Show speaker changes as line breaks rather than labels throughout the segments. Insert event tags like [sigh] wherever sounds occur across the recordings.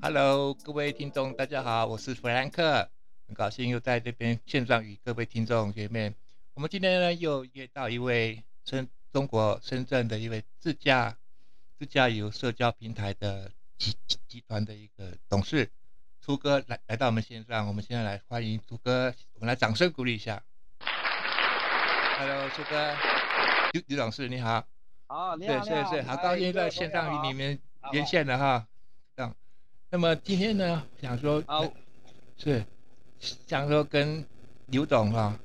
Hello，各位听众，大家好，我是弗兰克，很高兴又在这边线上与各位听众见面。我们今天呢又约到一位深中国深圳的一位自驾自驾游社交平台的集集团的一个董事朱哥来来到我们线上，我们现在来欢迎朱哥，我们来掌声鼓励一下。Hello，朱哥，刘刘董事你好，
好，哦你
对
好，，你哎
是是，好高兴在线
啊
上与
哦
你们连线了哈。这样，那么今天呢，想说
好，
是想说跟刘总哈、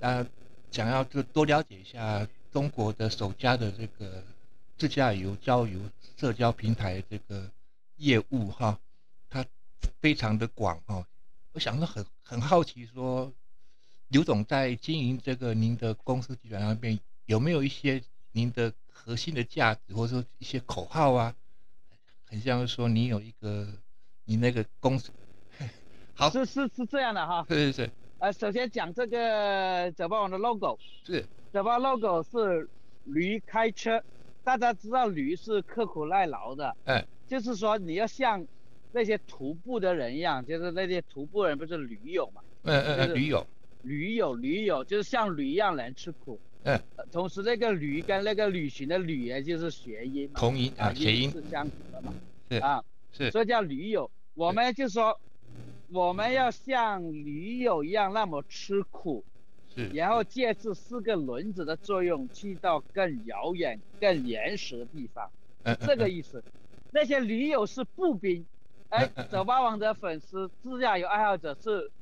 啊，想要就多了解一下中国的首家的这个自驾游、郊游、社交平台这个业务哈、它非常的广哈、我想说很很好奇说，刘总在经营这个您的公司集团上面有没有一些您的核心的价值，或者说一些口号啊？很像说你有一个你那个公司，好，
哦是是是这样的哈，
是是是
呃，首先讲这个酒吧网的 logo，
是
酒吧 logo 是驴开车，大家知道驴是刻苦耐劳的，
哎，
就是说你要像那些徒步的人一样，就是那些徒步人不是驴友嘛，
嗯嗯
就
嗯，
是
驴友，
驴友驴友就是像驴一样能吃苦，
嗯
呃，同时那个驴跟那个旅行的旅也就是谐音嘛，
同音啊，谐音
是相同的嘛，
是
啊，
是
所以叫驴友。我们就说，我们要像驴友一样那么吃苦，
是，
然后借助四个轮子的作用，去到更遥远、更原始的地方，
嗯嗯
这个意思。那些驴友是步兵，哎
嗯嗯嗯，
走吧王的粉丝、自驾游爱好者是，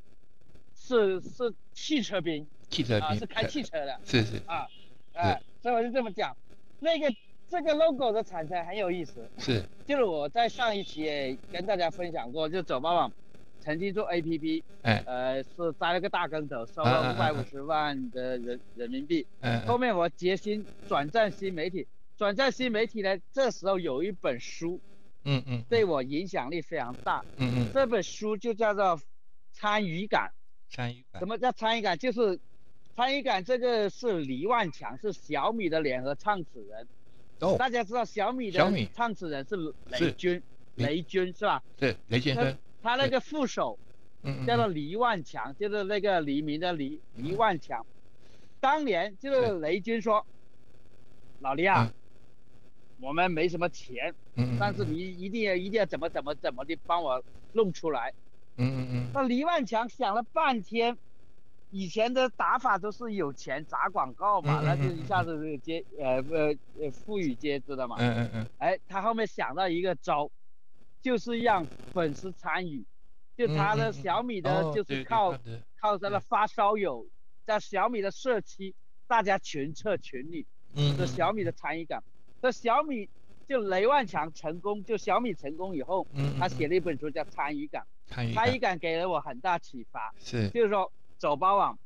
是是汽车兵
汽车
啊，
兵
是开汽车的。
是是
啊，哎，所以我就这么讲，那个这个 logo 的产生很有意思，
是
就是我在上一期也跟大家分享过，就走吧网曾经做 APP，
哎
呃，是栽了个大跟头，收
啊啊
了五
啊
百五十万的人人民币。
嗯
后
嗯
面我决心转战新媒体，转战新媒体呢，这时候有一本书
嗯嗯
对我影响力非常大，
嗯嗯，
这本书就叫做《参与感》。
参与感
什么叫参与感？就是参与感，这个是黎万强，是小米的联合创始人。
哦，
大家知道小米
小
的
米
创始人是
是
雷军，
雷
雷军是吧？
对，雷先生，
他那
对
个副手
嗯
叫做
嗯
黎万强，就是那个黎明的黎
嗯
黎万强。当年就是是雷军说：“老黎
嗯，
啊我们没什么钱，
嗯，
但是
嗯
你一定要一定要怎么怎么怎么的帮我弄出来。”
嗯嗯
那黎万强想了半天，以前的打法都是有钱砸广告
嗯
嘛，
嗯
那就
嗯
一下子就接呃呃呃富予皆知的嘛。
嗯嗯嗯
哎，他后面想到一个招，就是让粉丝参与，就
嗯
他
嗯
的
嗯
小米
嗯，
的
哦
就
对
是
对
靠、
他的
靠他的
对
发烧友，在小米的社区，大家群策群力，
嗯
这小米的参与感。这小米就雷万强成功，就小米成功以后，
嗯，
他写了一本书叫《参与感》。
参与
参
感
与感给了我很大启发，
是
就是说走吧网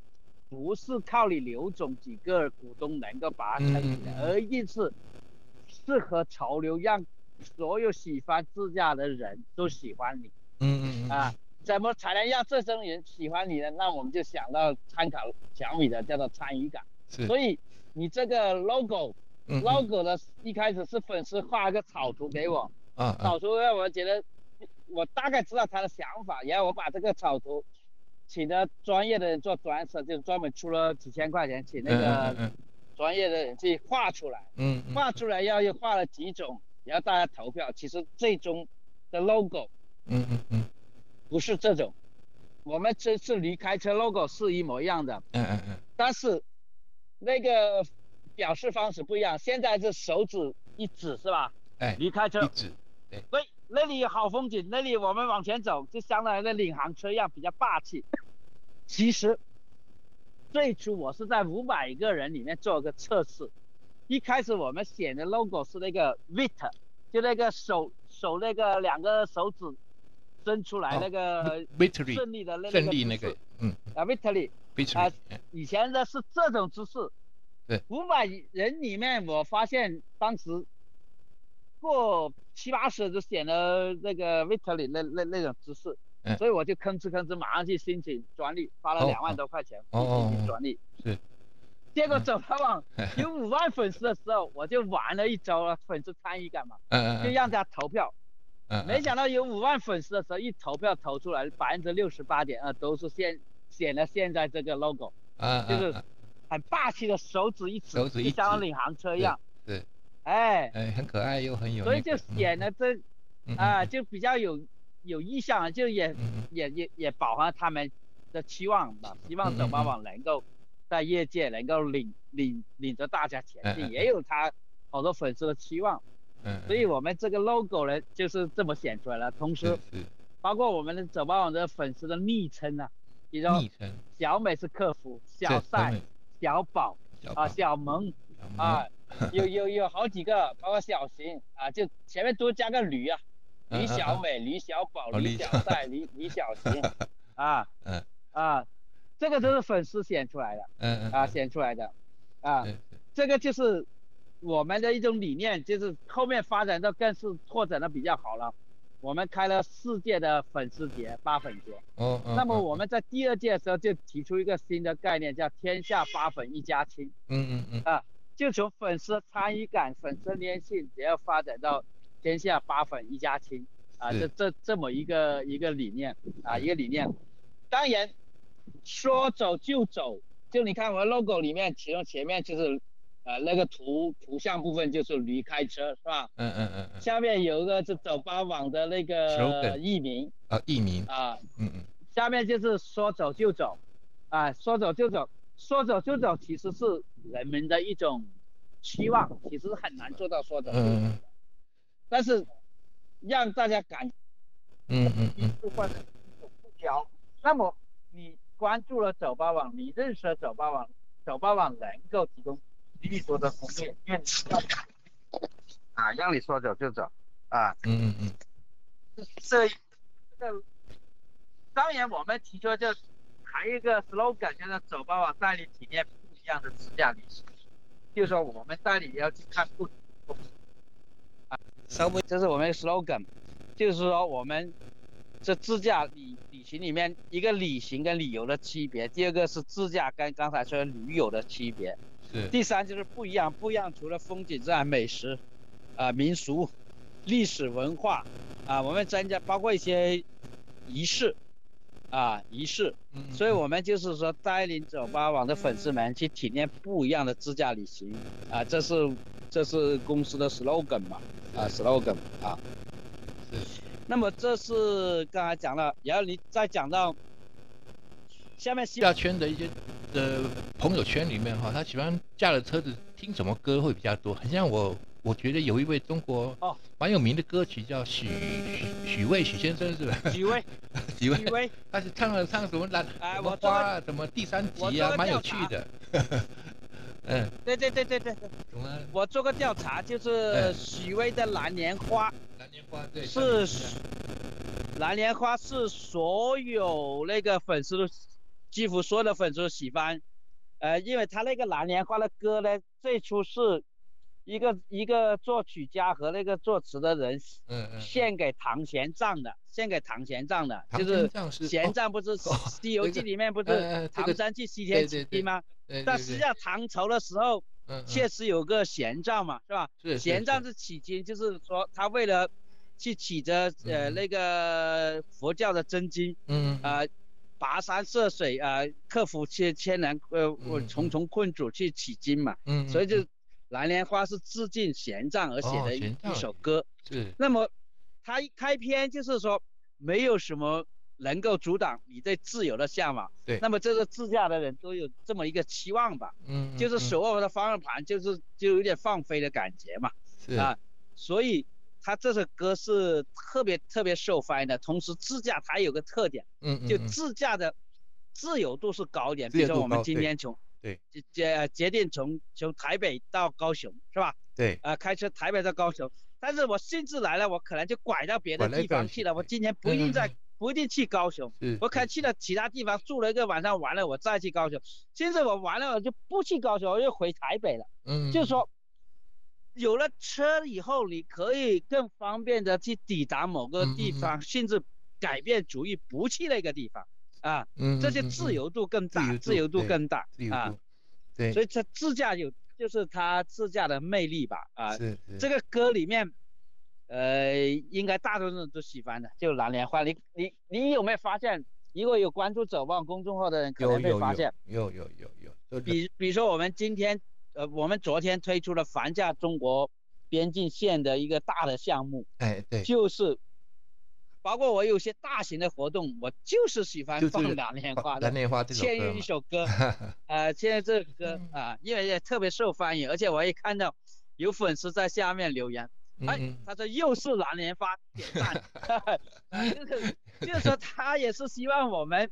不是靠你刘总几个股东能够把它撑起
嗯嗯嗯
来，而一是适合潮流，让所有喜欢自驾的人都喜欢你
嗯嗯
啊。怎么才能让这些人喜欢你呢？那我们就想到参考小米的叫做参与感，
是
所以你这个 logo
嗯
logo 的一开始是粉丝画个草图给我，
啊啊
草图让我觉得，我大概知道他的想法，然后我把这个草图，请了专业的人做专设，就专门出了几千块钱，请那
嗯
个
嗯
专业的人去画出来，
嗯嗯
画出来要又画了几种，然后大家投票，其实最终的 logo
嗯嗯嗯
不是这种，我们这次离开车 logo 是一模一样的，
嗯嗯嗯
但是那个表示方式不一样，现在是手指一指是吧？
哎
离开车
一直
喂，那里有好风景，那里我们往前走，就相当于那领航车一样，比较霸气。其实，最初我是在五百个人里面做个测试，一开始我们选的 logo 是那个 Vit，就那个手手那个两个手指伸出来
哦
那个
victory
胜利的那
胜利那
姿势
个嗯
啊 Vitally，
victory 嗯
以前的是这种姿势。
对，
五百人里面，我发现当时过七八十就选了那个 Victory 那那那种姿势，
嗯
所以我就吭哧吭哧马上去申请专利，花了
哦
两万
哦
多块钱去
哦哦
申请
哦
专利。
是
结果
嗯
走到网有五万粉丝的时候，我就玩了一周了，粉丝参与感嘛，
嗯
就
嗯
让他投票。
嗯，
没想到有五万粉丝的时候，一投票投出来，百分之六十八点二都是现选了现在这个 logo，
啊，
就是很霸气的手指一指，
手指一
就像
指
那领航车一样。
对对
哎，
哎，很可爱又很有，嗯
所以就显得这啊、
啊，
就比较有有意向，啊就也
嗯
也也也饱含他们的期望吧，希望走马网能
嗯
够在业界能够领领领着大家前
嗯嗯
进，
嗯
也有他好多粉丝的期望，
嗯，
所以我们这个 logo 呢就是这么显出来了。同时
是，是
包括我们的走马网的粉丝的昵称啊，比如说
昵称
小美是客服，小赛、小宝啊、小萌啊，有有有好几个，包括小邢啊，就前面多加个驴啊，
嗯
李
嗯
小
嗯
美、李小宝、
哦
李
李
小
小
赛、李李
[laughs]
小邢啊，
嗯
啊，这个都是粉丝选出来的
嗯
啊，选出来的啊，
对
这个就是我们的一种理念，就是后面发展到更是拓展的比较好了。我们开了世界的粉丝节，八粉节。
哦，
那么我们在第二届的时候就提出一个新的概念，叫“天下八粉一家亲”。
嗯嗯嗯
就从粉丝参与感、粉丝粘性，也要发展到天下八粉一家亲啊，
是嗯
这这这么一个一个理念啊，一个理念。当然，说走就走，就你看我们 logo 里面，其中前面就是，呃，那个图图像部分就是驴开车是吧？
嗯嗯嗯嗯
下面有一个是走八网的那
Slogan
个艺名
啊，艺名，
啊，
嗯嗯
下面就是说走就走，啊，说走就走，说走就走其实是人们的一种期望，其实很难做到说走就走，
嗯
但是让大家感
嗯嗯
一
嗯
致或者一种不调，那么你关注了走吧网，你认识了走吧网，走吧网能够提供利多的攻略，愿你啊，让你说走就走啊，
嗯嗯
这这个，当然我们提出这还有一个 slogan，就是走吧，我带你体验不一样的自驾旅行。就是说我们带你要去看不，
稍微
这是我们的 slogan，就是说我们这自驾旅旅行里面一个旅行跟旅游的区别，第二个是自驾跟刚才说的旅游的区别，
是
第三就是不一样，不一样除了风景之外，美食，啊、民俗、历史文化，啊、我们增加包括一些仪式，啊、仪式，
嗯
所以我们就是说带领走吧网的粉丝们去体验不一样的自驾旅行，啊、这是这是公司的 slogan 嘛，啊、slogan 啊，
是
那么这是刚才讲了，然后你再讲到下
[laughs]
面希
驾圈的一些的朋友圈里面哈，他喜欢驾了车子听什么歌会比较多，很像我。我觉得有一位中国
哦
蛮有名的歌曲叫许许许巍许先生是吧？ [laughs]
许巍，
许
许
巍，
巍，
他是唱了唱什么蓝 [laughs]
哎
什么
我做
花
个
啊，什么第三
我
集
做
啊，
个
蛮有
调
趣
查
的。 [laughs] 嗯，
对对对对对，
什么
我做个调查，就是
嗯
许巍的《蓝莲花》。
蓝莲花对
是蓝莲花是所有那个粉丝都几乎所有的粉丝都喜欢，呃，因为他那个蓝莲花的歌呢，最初是一个一个作曲家和那个作词的人
嗯嗯，
献给唐玄奘的，献给唐玄奘的，
唐
就
玄
是
奘是
玄
哦
奘不是《
哦
西游记
这》个
里面不
呃
是
呃这
唐
个
三去
对
西天
对
取
对
经吗？
对
但
对
实际
对
上唐朝的时候
嗯嗯
确实有个玄奘嘛，是吧？
是
玄奘
是
是取经，就是说他为了去取得呃
嗯
那个佛教的真经
嗯
啊、呃，跋山涉水啊、呃，克服千千难呃我
嗯
重重困阻去取经嘛，
嗯，
所以就
嗯
《蓝莲花》是致敬玄奘而写
哦
的一,、
玄奘
一首歌。
是
那么他一开篇就是说，没有什么能够阻挡你对自由的向往。
对
那么这个自驾的人都有这么一个期望吧，
嗯
就是
嗯
手握的方向盘，就是就有点放飞的感觉嘛。
是
啊，所以他这首歌是特别特别受欢迎的。同时，自驾它有个特点，
嗯嗯
就
嗯
自驾的自由度是高一点。
自
比如
由
说
度
我们
高
今
对
天从
对
决决决定从从台北到高雄是吧？
对
啊，开车台北到高雄，但是我兴致来了，我可能就拐到别的
拐来
地方
拐去
去了。我今天不一定在
嗯嗯嗯
不一定去高雄，
是
我可能去了其他地方住了一个晚上，完了我再去高雄。现在我完了我就不去高雄，我又回台北了。
嗯
就是说，有
嗯
了车以后，你可以更方便的去抵达某个地方，甚至改变主意，不去那个地方啊，
嗯，
这些
嗯
自，由度更
自
大，
由度
自由度
对
更大
嗯自由
啊
度，，对，
所以它自驾有就是它自驾的魅力吧啊，
是是
这个歌里面，呃，应该大多数人都喜欢的，就《蓝莲花》。你你你有没有发现？如果有关注走望公众号的人，可
有
能
有
会
有
发现，
有有有有，都是
比比如说我们今天，呃，我们昨天推出了防驾中国边境线的一个大的项目，
哎对，
就是。包括我有些大型的活动，我就是喜欢
就是
放《蓝莲花》
蓝
的，
莲花这首嗯
嵌
歌
入一首歌，
嘛，
呃，现在这个歌啊、因为也特别受欢迎，而且我也看到有粉丝在下面留言，哎
[laughs] 嗯，
他说又是蓝莲花点赞， [laughs] 就是 [laughs] 就是说他也是希望我们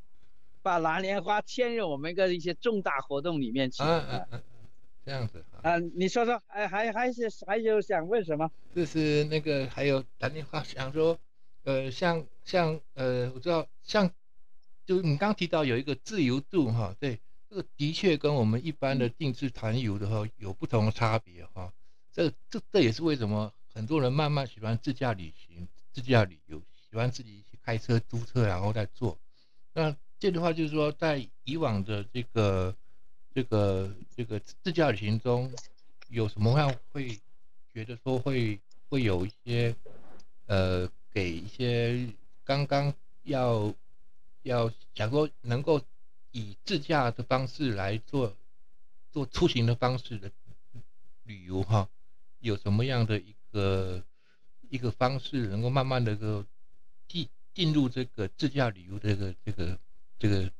把蓝莲花嵌入我们的一些重大活动里面去。
嗯嗯嗯嗯，这样子啊，
啊，你说说，哎，还还是还有想问什么？
就是那个还有蓝莲花，想说，呃，像像呃，我知道像，就是你刚提到有一个自由度哈，对，这个的确跟我们一般的定制团游的话有不同的差别哈，这这这也是为什么很多人慢慢喜欢自驾旅行、自驾旅游，喜欢自己去开车租车然后再做。那这句话就是说，在以往的这个这个这个自驾旅行中，有什么样会觉得说会会有一些呃，给一些刚刚要要想说能够以自驾的方式来做做出行的方式的旅游哈，有什么样的一个一个方式能够慢慢的个进进入这个自驾旅游这个这个这个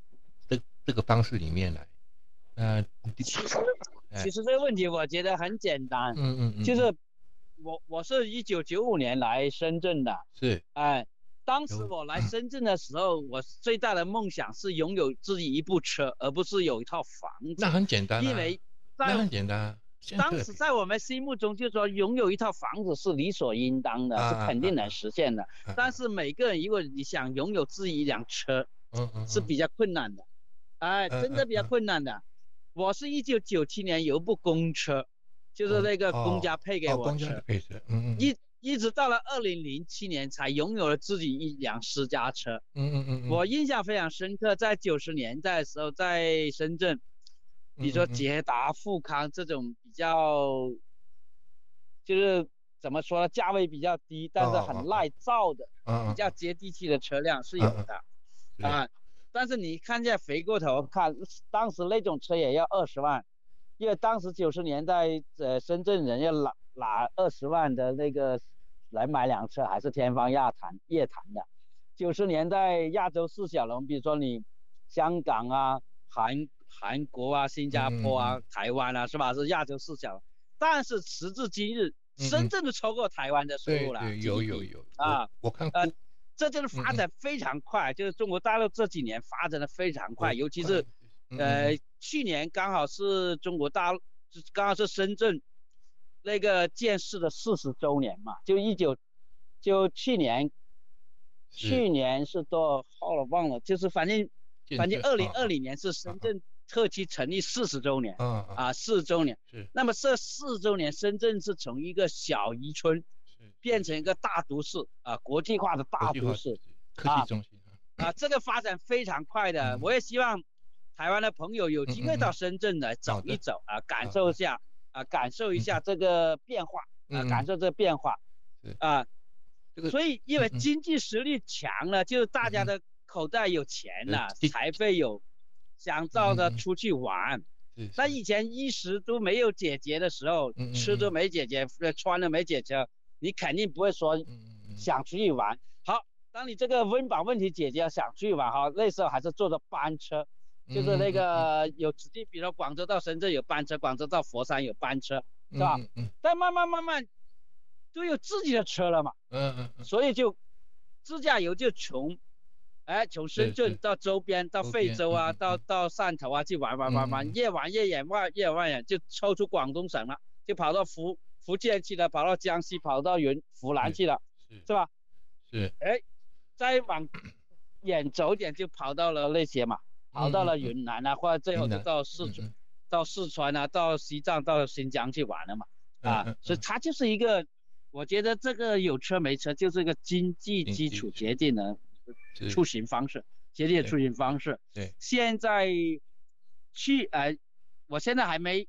这这个方式里面来？那
其
嗯
实其实这个问题我觉得很简单，
嗯嗯，
就是我我是一九九五年来深圳的，
是
哎，当时
有
我来深圳的时候，我最大的梦想是拥有自己一部车，而不是有一套房
那
子，
很简单、啊，
因为在
那很简单、啊。现在
当时在我们心目中，就说拥有一套房子是理所应当的，
啊
是肯定能实现的。
啊
但是每个人，如果你想拥有自己一辆车，
嗯嗯
是
嗯
比较困难的，哎，
嗯
真的比较
嗯嗯
困难的。我是一九九七年有一部公车，就是那个公家配给
哦
我
公交
车
的，配置，嗯嗯
一一直到了二零零七年才拥有了自己一辆私家车。
嗯嗯嗯嗯，
我印象非常深刻，在九十年代的时候，在深圳，比如说
嗯嗯嗯
捷达、富康这种比较，就是怎么说呢，价位比较低，但是
哦哦
很
哦
耐造的、
嗯
比
嗯
较接地气的车辆是
嗯
有
嗯
的
对
啊。但是你看见回过头看，当时那种车也要二十万，因为当时九十年代，呃，深圳人要拿拿二十万的那个来买辆车，还是天方夜谭夜谭的。九十年代亚洲四小龙，比如说你香港啊、韩韩国啊、新加坡啊、
嗯
台湾啊，是吧？是亚洲四小龙。但是时至今日，
嗯嗯
深圳都超过台湾的收
对
入了。
对有
GDP
有有
啊，
我我看
呃
过
这就是发
嗯
展非常快，就是中国大陆这几年发展的非常快，尤其是
哦嗯嗯
呃去年刚好是中国大陆，刚好是深圳那个建市的四十周年嘛，就一九就去年，
是
去年是多号了忘了，就是反正
建
反正
设
二零
啊
二零年是深圳特区成立四十周年
啊啊
啊，四十周年。
是
那么这四十周年，深圳是从一个小渔村
是
变成一个大都市啊，国际化的大
国际化
都市。
科技中心啊，
啊，这个发展非常快的，
嗯
我也希望台湾的朋友有机会
嗯嗯嗯
到深圳来走一走啊，感受一下啊，感受一下这个变化啊，
嗯
感受这个变化
是
啊
这个。
所以，因为
嗯嗯
经济实力强了，就是大家
嗯嗯
的口袋有钱了
这，
才会有想到的
嗯嗯嗯
出去玩。
是
那
是
以前衣食都没有解决的时候
嗯嗯，
吃都
嗯
没解决，呃穿都没解决，你肯定不会说
嗯嗯嗯
想出去玩。好，当你这个温饱问题解决，想出去玩哈，那时候还是坐着班车，
嗯
就是那个有直接，比如说广州到深圳有班车，广州到佛山有班车，
是
是吧？
嗯嗯
但慢慢慢慢都有自己的车了嘛，
嗯嗯嗯，
所以就自驾游就从，哎，从深
是
圳
是
到周边，到
周
惠
边
州啊，
嗯嗯
到
嗯
到汕头啊去玩玩玩玩，
嗯嗯嗯
越玩越远，玩越玩越远，就超出广东省了，就跑到福福建去了，跑到江西，跑到云湖南
是
去了，
是
是吧？
是
再往远走点就跑到了那些嘛，跑到了
嗯嗯
云南啊，或者最后
云
就
南嗯
到四川、到四川啊，到西藏、到新疆去玩了嘛。啊，所以它就是一个，我觉得这个有车没车就是一个经济
经
基
济
础
基
决定了
是
出行方式，节力的
对
出行方式。
对，
现在呃去呃，我现在还没，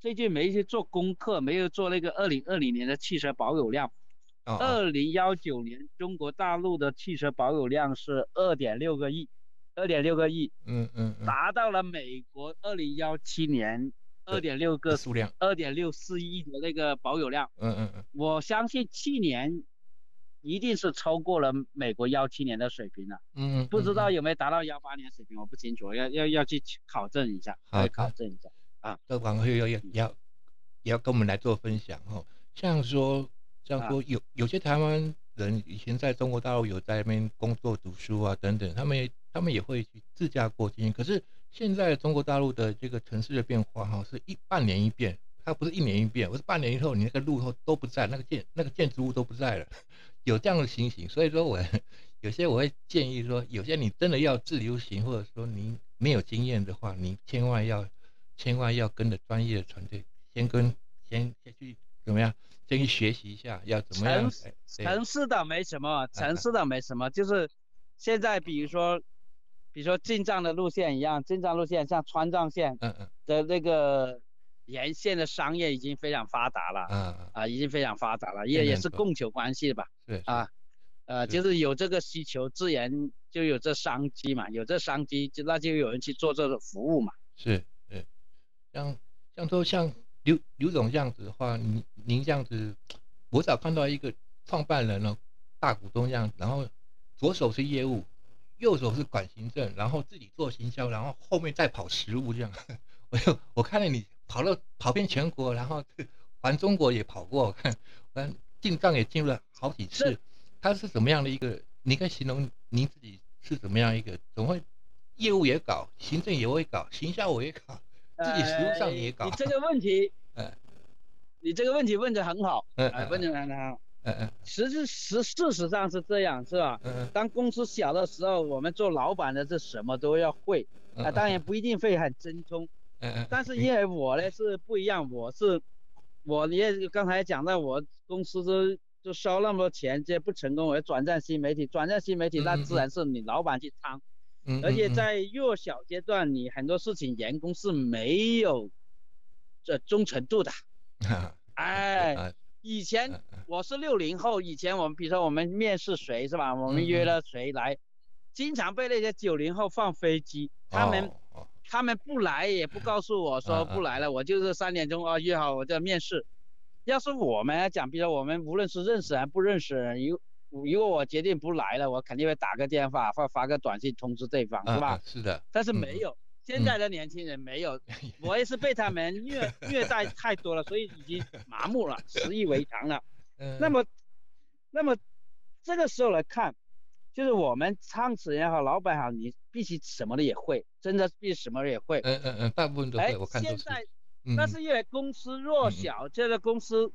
最近没去做功课，没有做那个二零二零年的汽车保有量。
哦哦
二零幺九年中国大陆的汽车保有量是二点六个亿，二点六个亿，
嗯嗯嗯，
达到了美国二零幺七年二点六个
数量，
二点六四亿的那个保有量。
嗯嗯嗯，
我相信去年一定是超过了美国幺七年的水平了，
嗯嗯，
不知
嗯
道有没有达到幺八年水平，我不清楚，要要要去考证一下，
好
要
的
考证一下。
各网友也也要也要跟我们来做分享哦。像说，像说有有些台湾人以前在中国大陆有在那边工作、读书啊等等，他们也他们也会去自驾过境。可是现在中国大陆的这个城市的变化哈、是一半年一变，它不是一年一变，我是半年以后你那个路后都不在，那个建那个建筑物都不在了， [laughs] 有这样的情形。所以说我有些我会建议说，有些你真的要自由行，或者说您没有经验的话，你千万要千万要跟着专业的团队，先跟先先去怎么样，先去学习一下要怎么样
城。市
哎对
城市的没什么，
[laughs]
城市的没什么，就是现在比如说，比如说进藏的路线一样，进藏路线像川藏线
嗯嗯
的那个沿线的商业已经非常发达了
啊啊，
啊，已经非常发达了，
现
也
在
也是
是吧
供求关系吧。
是是
啊，呃，
是
就是有这个需求，自然就有这商机嘛，有这商机就那就有人去做这个服务嘛。
是是，像像说像刘刘总这样子的话，您您这样子，我早看到一个创办人哦，大股东这样，然后左手是业务，右手是管行政，然后自己做行销，然后后面再跑实务这样。 [laughs] 我就我看了你跑了跑遍全国，然后 [laughs] 环中国也跑过，我看完进藏也进入了好几次。他是怎么样的一个？你可以形容您自己是怎么样一个？怎么会业务也搞，行政也会搞，行销我也搞，自己实务上你也搞
呃你这个
[laughs]
问题，
哎
你这个问题问得很好，
嗯
哎、
嗯
问得很好。
嗯嗯
实质实事实上是这样，是吧？
嗯
当公司小的时候，我们做老板的是什么都要会
嗯
啊、当然不一定会很精通，
嗯嗯，
但是因为我呢是不一样，我是我也刚才讲到，我公司都就烧那么多钱，这不成功，我要转战新媒体，转战新媒体，那
嗯嗯
自然是你老板去趟，
嗯
而且在弱小阶段，你很多事情员工是没有这忠诚度的。哎，
哎
以前我是六零后，以前我们比如说我们面试谁是吧，我们
嗯
约
嗯
了谁来，经常被那些九零后放飞机，他们他们不来也不告诉我说
哦嗯嗯
不来了，我就是三点钟啊约好我在面试。要是我们来讲，比如说我们无论是认识还不认识人，如如果我决定不来了，我肯定会打个电话或发个短信通知对方，是吧？？
是的，
但是
嗯
没有，现在的年轻人
[laughs]
没有，我也是被他们虐虐待太多了，所以已经麻木了，习以为常了。
嗯
那么，那么这个时候来看，就是我们创始人也好，老板也好，你必须什么的也会，真的必须什么也会。
嗯嗯嗯，大部分都
哎
会，我，看都
现
是。嗯
在但是因为公司弱小，这个公司，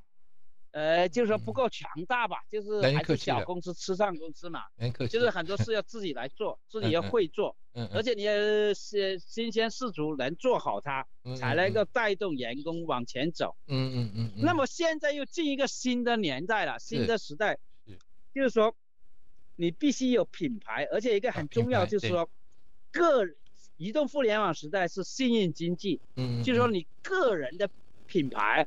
呃，就是说不够强大吧，就是
那您嗯
还
客
是
气
小
了
公司吃上公司嘛，
很客气，
就是很多事要自己来做，自己要
嗯嗯
会做，
嗯
而且你也是新鲜事足，能做好它，才能够带动员工往前走。
嗯嗯嗯，
那么现在又进一个新的年代了，新的时代
是，
就是说，你必须有品牌，而且一个
啊
很
品
重要
牌
就是
对
说，个移动互联网时代是信任经济，
嗯，
就是说你个人的品牌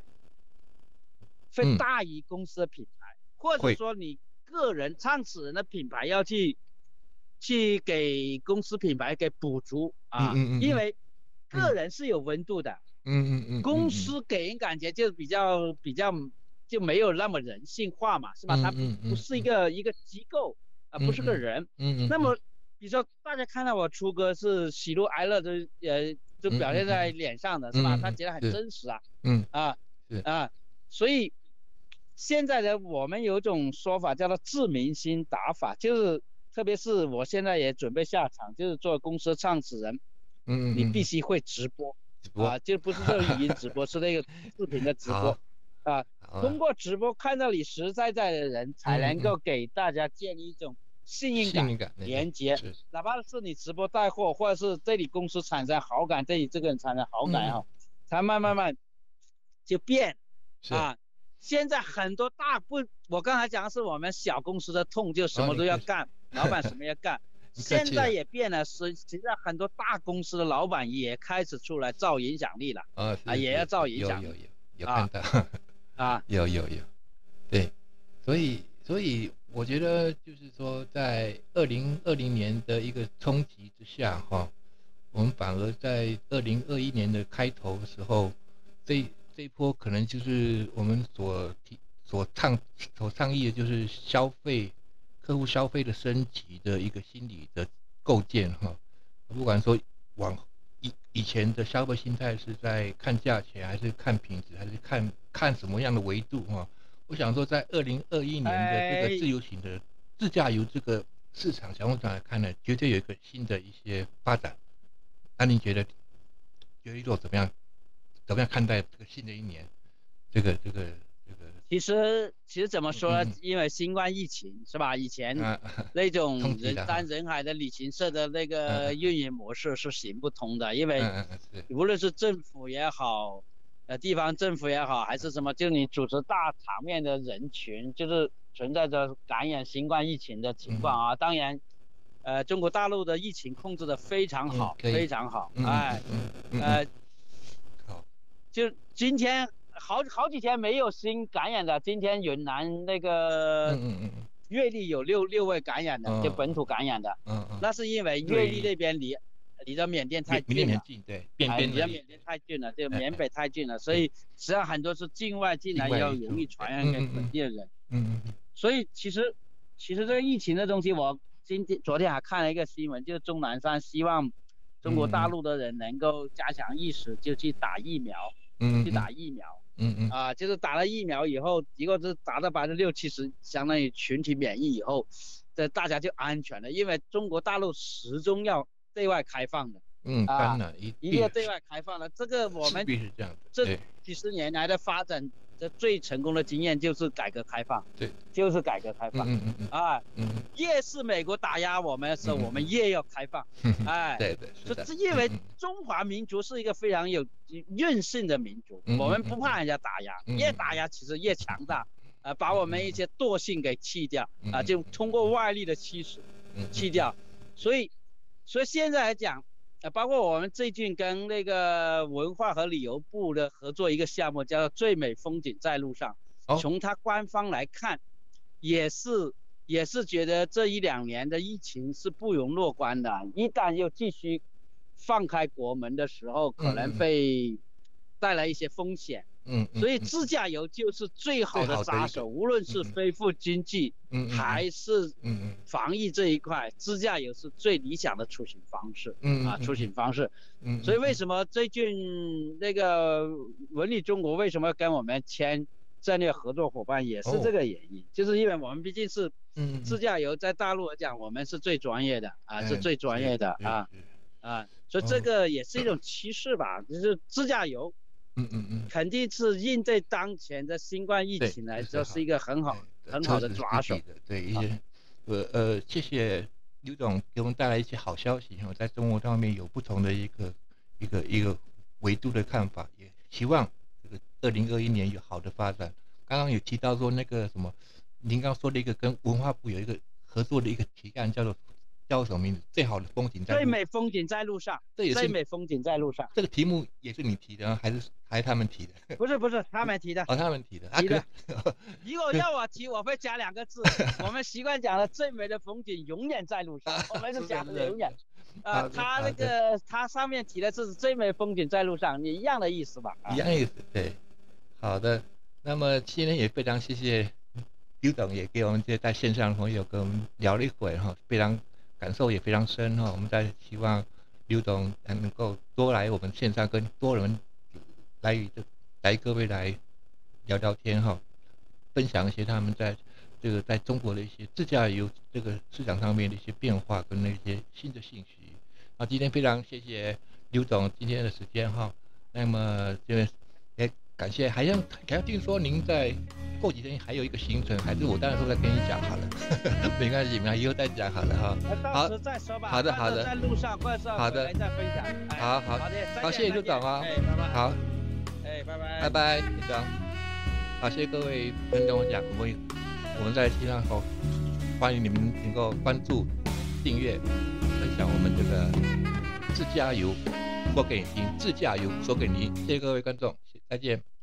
会
嗯
大于公司的品牌，或者
会
说你个人创始人的品牌要去去给公司品牌给补足啊，
嗯嗯嗯嗯嗯
因为个人是有温度的，
嗯嗯嗯，
公司给人感觉就比较比较就没有那么人性化嘛，是吧？它
嗯
不是一个一个机构啊，不是个
嗯嗯
人，
嗯嗯，
那么，比如说大家看到我初哥是喜怒哀乐都呃都
嗯
表
嗯
现在
嗯
脸上的是吧？
嗯
他
嗯
觉得很
是
真实啊
嗯
啊
是
啊，所以现在的我们有一种说法叫做自明星打法，就是特别是我现在也准备下场，就是做公司创始人，
嗯，
你必须会直播啊，就不是这种语音直播，是那个视频的直播
好。
啊，通
过
过直播看到你实实在在的人，才
嗯
能
嗯
够给大家建立一种信任
信
感、
任感
连接。
是
哪怕是你直播带货，或者是对你公司产生好感，对你这个人产生好
嗯
感啊，才慢慢慢就变
是
啊。现在很多大不，我刚才讲的是我们小公司的痛，就什么都要干，老板什么也干。
哦 [laughs] 你客
现
气
在
了
也变了，实实际上很多大公司的老板也开始出来造影响力了
啊
啊也要造影响
有有有有看
啊
到，
啊。
有有有，对，所以所以我觉得就是说，在二零二零年的一个冲击之下，哈、我们反而在二零二一年的开头的时候，这这一波可能就是我们所提所倡所倡议的就是消费客户消费的升级的一个心理的构建哈、不管说往以以前的消费心态是在看价钱，还是看品质，还是看看什么样的维度哈、我想说，在二零二一年的这
哎
个自由行的自驾游这个市场角度上来看呢，绝对有一个新的一些发展。那您觉得，觉得做怎么样？怎么样看待这个新的一年？这个这个这个
其实其实怎么说呢
嗯？
因为新冠疫情是吧？以前
啊， [laughs]
那种
通缉
人
的哈
山人海的旅行社的那个
嗯嗯
运营模式是行不通的，因为
嗯嗯嗯是，
无论是政府也好，呃，地方政府也好，还是什么，就你组织大场面的人群，就是存在着感染新冠疫情的情况
嗯
啊。当然，呃，中国大陆的疫情控制的非常
嗯
好，
可以
非常好，
嗯
哎，，
嗯嗯嗯
呃
嗯，好，
就今天好好几天没有新感染的，今天云南那个
嗯嗯嗯
岳麓有六六位感染的，
嗯
就本土感染的，
嗯嗯，
那是因为
对
岳麓那边离离着缅甸太
离离
近
你
了
很。近，对，边
哎
边
离着
的
缅
离，
甸太近了，这个
哎
缅
哎
北太近了，所以实际上很多是境外进来
境外
要
因素
容易传染给
嗯嗯
本
嗯
地的人。
嗯嗯
所以其实其实这个疫情的东西，我今天昨天还看了一个新闻，就是钟南山希望中国大
嗯嗯
陆的人能够加强意识，就去打疫苗，
嗯，
去打疫苗
嗯，嗯嗯
啊，就是打了疫苗以后，一个是达到百分之六七十，相当于群体免疫以后，这大家就安全了，因为中国大陆始终要对外开放的，
嗯，
啊
当然一
一
定
定要
是
对外开放了，这个我们
必须这样的，
这
对
几十年来的发展的最成功的经验就是改革开放，
对，
就是改革开
嗯
放、
嗯嗯
啊。
嗯
越是美国打压我们的时候，
嗯嗯
我们越要开放，
嗯哼，
哎，，
对对是
就
的，
是因为
嗯嗯
中华民族是一个非常有韧性的民族，
嗯嗯
我们不怕人家打压，
嗯嗯
越打压其实越强大。啊，把我们一些惰性给弃掉
嗯
啊，
嗯
就通过外力的驱使
嗯嗯
弃掉，所以，所以现在来讲，啊，包括我们最近跟那个文化和旅游部的合作一个项目，叫做“最美风景在路上”
哦
从它官方来看，也是也是觉得这一两年的疫情是不容乐观的，啊一旦又继续放开国门的时候，可
嗯
能
嗯嗯
会带来一些风险。
嗯，嗯
所以
嗯
自驾游就是最好
最
的
好的一
杀
个
手，无论是
嗯嗯
恢复经济
嗯嗯嗯
还是
嗯嗯
防疫这一块，自驾游是最理想的出行方式
嗯
啊，
嗯
出行方式。
嗯，
所以为
么
什么最近那个文旅中国为什么跟我们签战略合作伙伴，也是
哦
这个原因，就是因为我们毕竟是
嗯
自驾游，在大陆来讲，我们是最专业的啊，是最专业的啊，
嗯
啊，所以这
哎哦
个也是一种趋势吧，就是自驾游
嗯嗯嗯，
肯定是应对当前的新冠疫
对
情来
这是
说
好哎
是一个很好
对
很
这
好
是
的
必
抓
须
手
的，对一些，呃呃，谢谢刘总给我们带来一些好消息哈，在中国方面有不同的一个一个一个维度的看法，也希望这个二零二一年有好的发展。刚刚有提到说那个什么，您刚说的一个跟文化部有一个合作的一个提案，叫做叫什么名字？最好的风景在
最
路，
美风景在路上，
这也
最
是
美风景在路上。
这个题目也是你提的啊，还是还是他们提的？
不是不是，他们提的。
哦，他们提的，啊
提的
可
如果要我提，我会加两个
[laughs]
字。我们习惯讲的最美的风景永远在路
[laughs]
上，我们是讲的永远。
好
啊，
的
他
好
那个他上面提的是最美风景在路上，你一样的意思吧？啊
一，样意思，对。好的，那么今天也非常谢谢刘总，也给我们这些呃在线上的朋友跟我们聊了一会儿哈，非常感受也非常深哈。我们在希望刘总还能够多来我们线上跟多人来与这来各位来聊聊天哈，分享一些他们在这个在中国的一些自驾游这个市场上面的一些变化跟那些新的信息。啊，今天非常谢谢刘总今天的时间哈。那么这边也感谢，还要还要听说您在过几天还有一个行程，还是我到时候再跟你讲好了， [laughs] 没关系，没关系，以后再讲好了哈。
那到时再说吧。
好的
到时候
好的
在路上或者是
好的
回来再分享。哎
好好
好的，再见
好谢谢
再见
陆总啊
哎，拜拜。
好，
哎，拜拜
拜。拜，局长。好，谢谢各位，跟我讲，我们我们在线上后欢迎你们能够关注、订阅、分享我们这个自驾游说给你听，自驾游说给你听。谢谢各位观众，再见。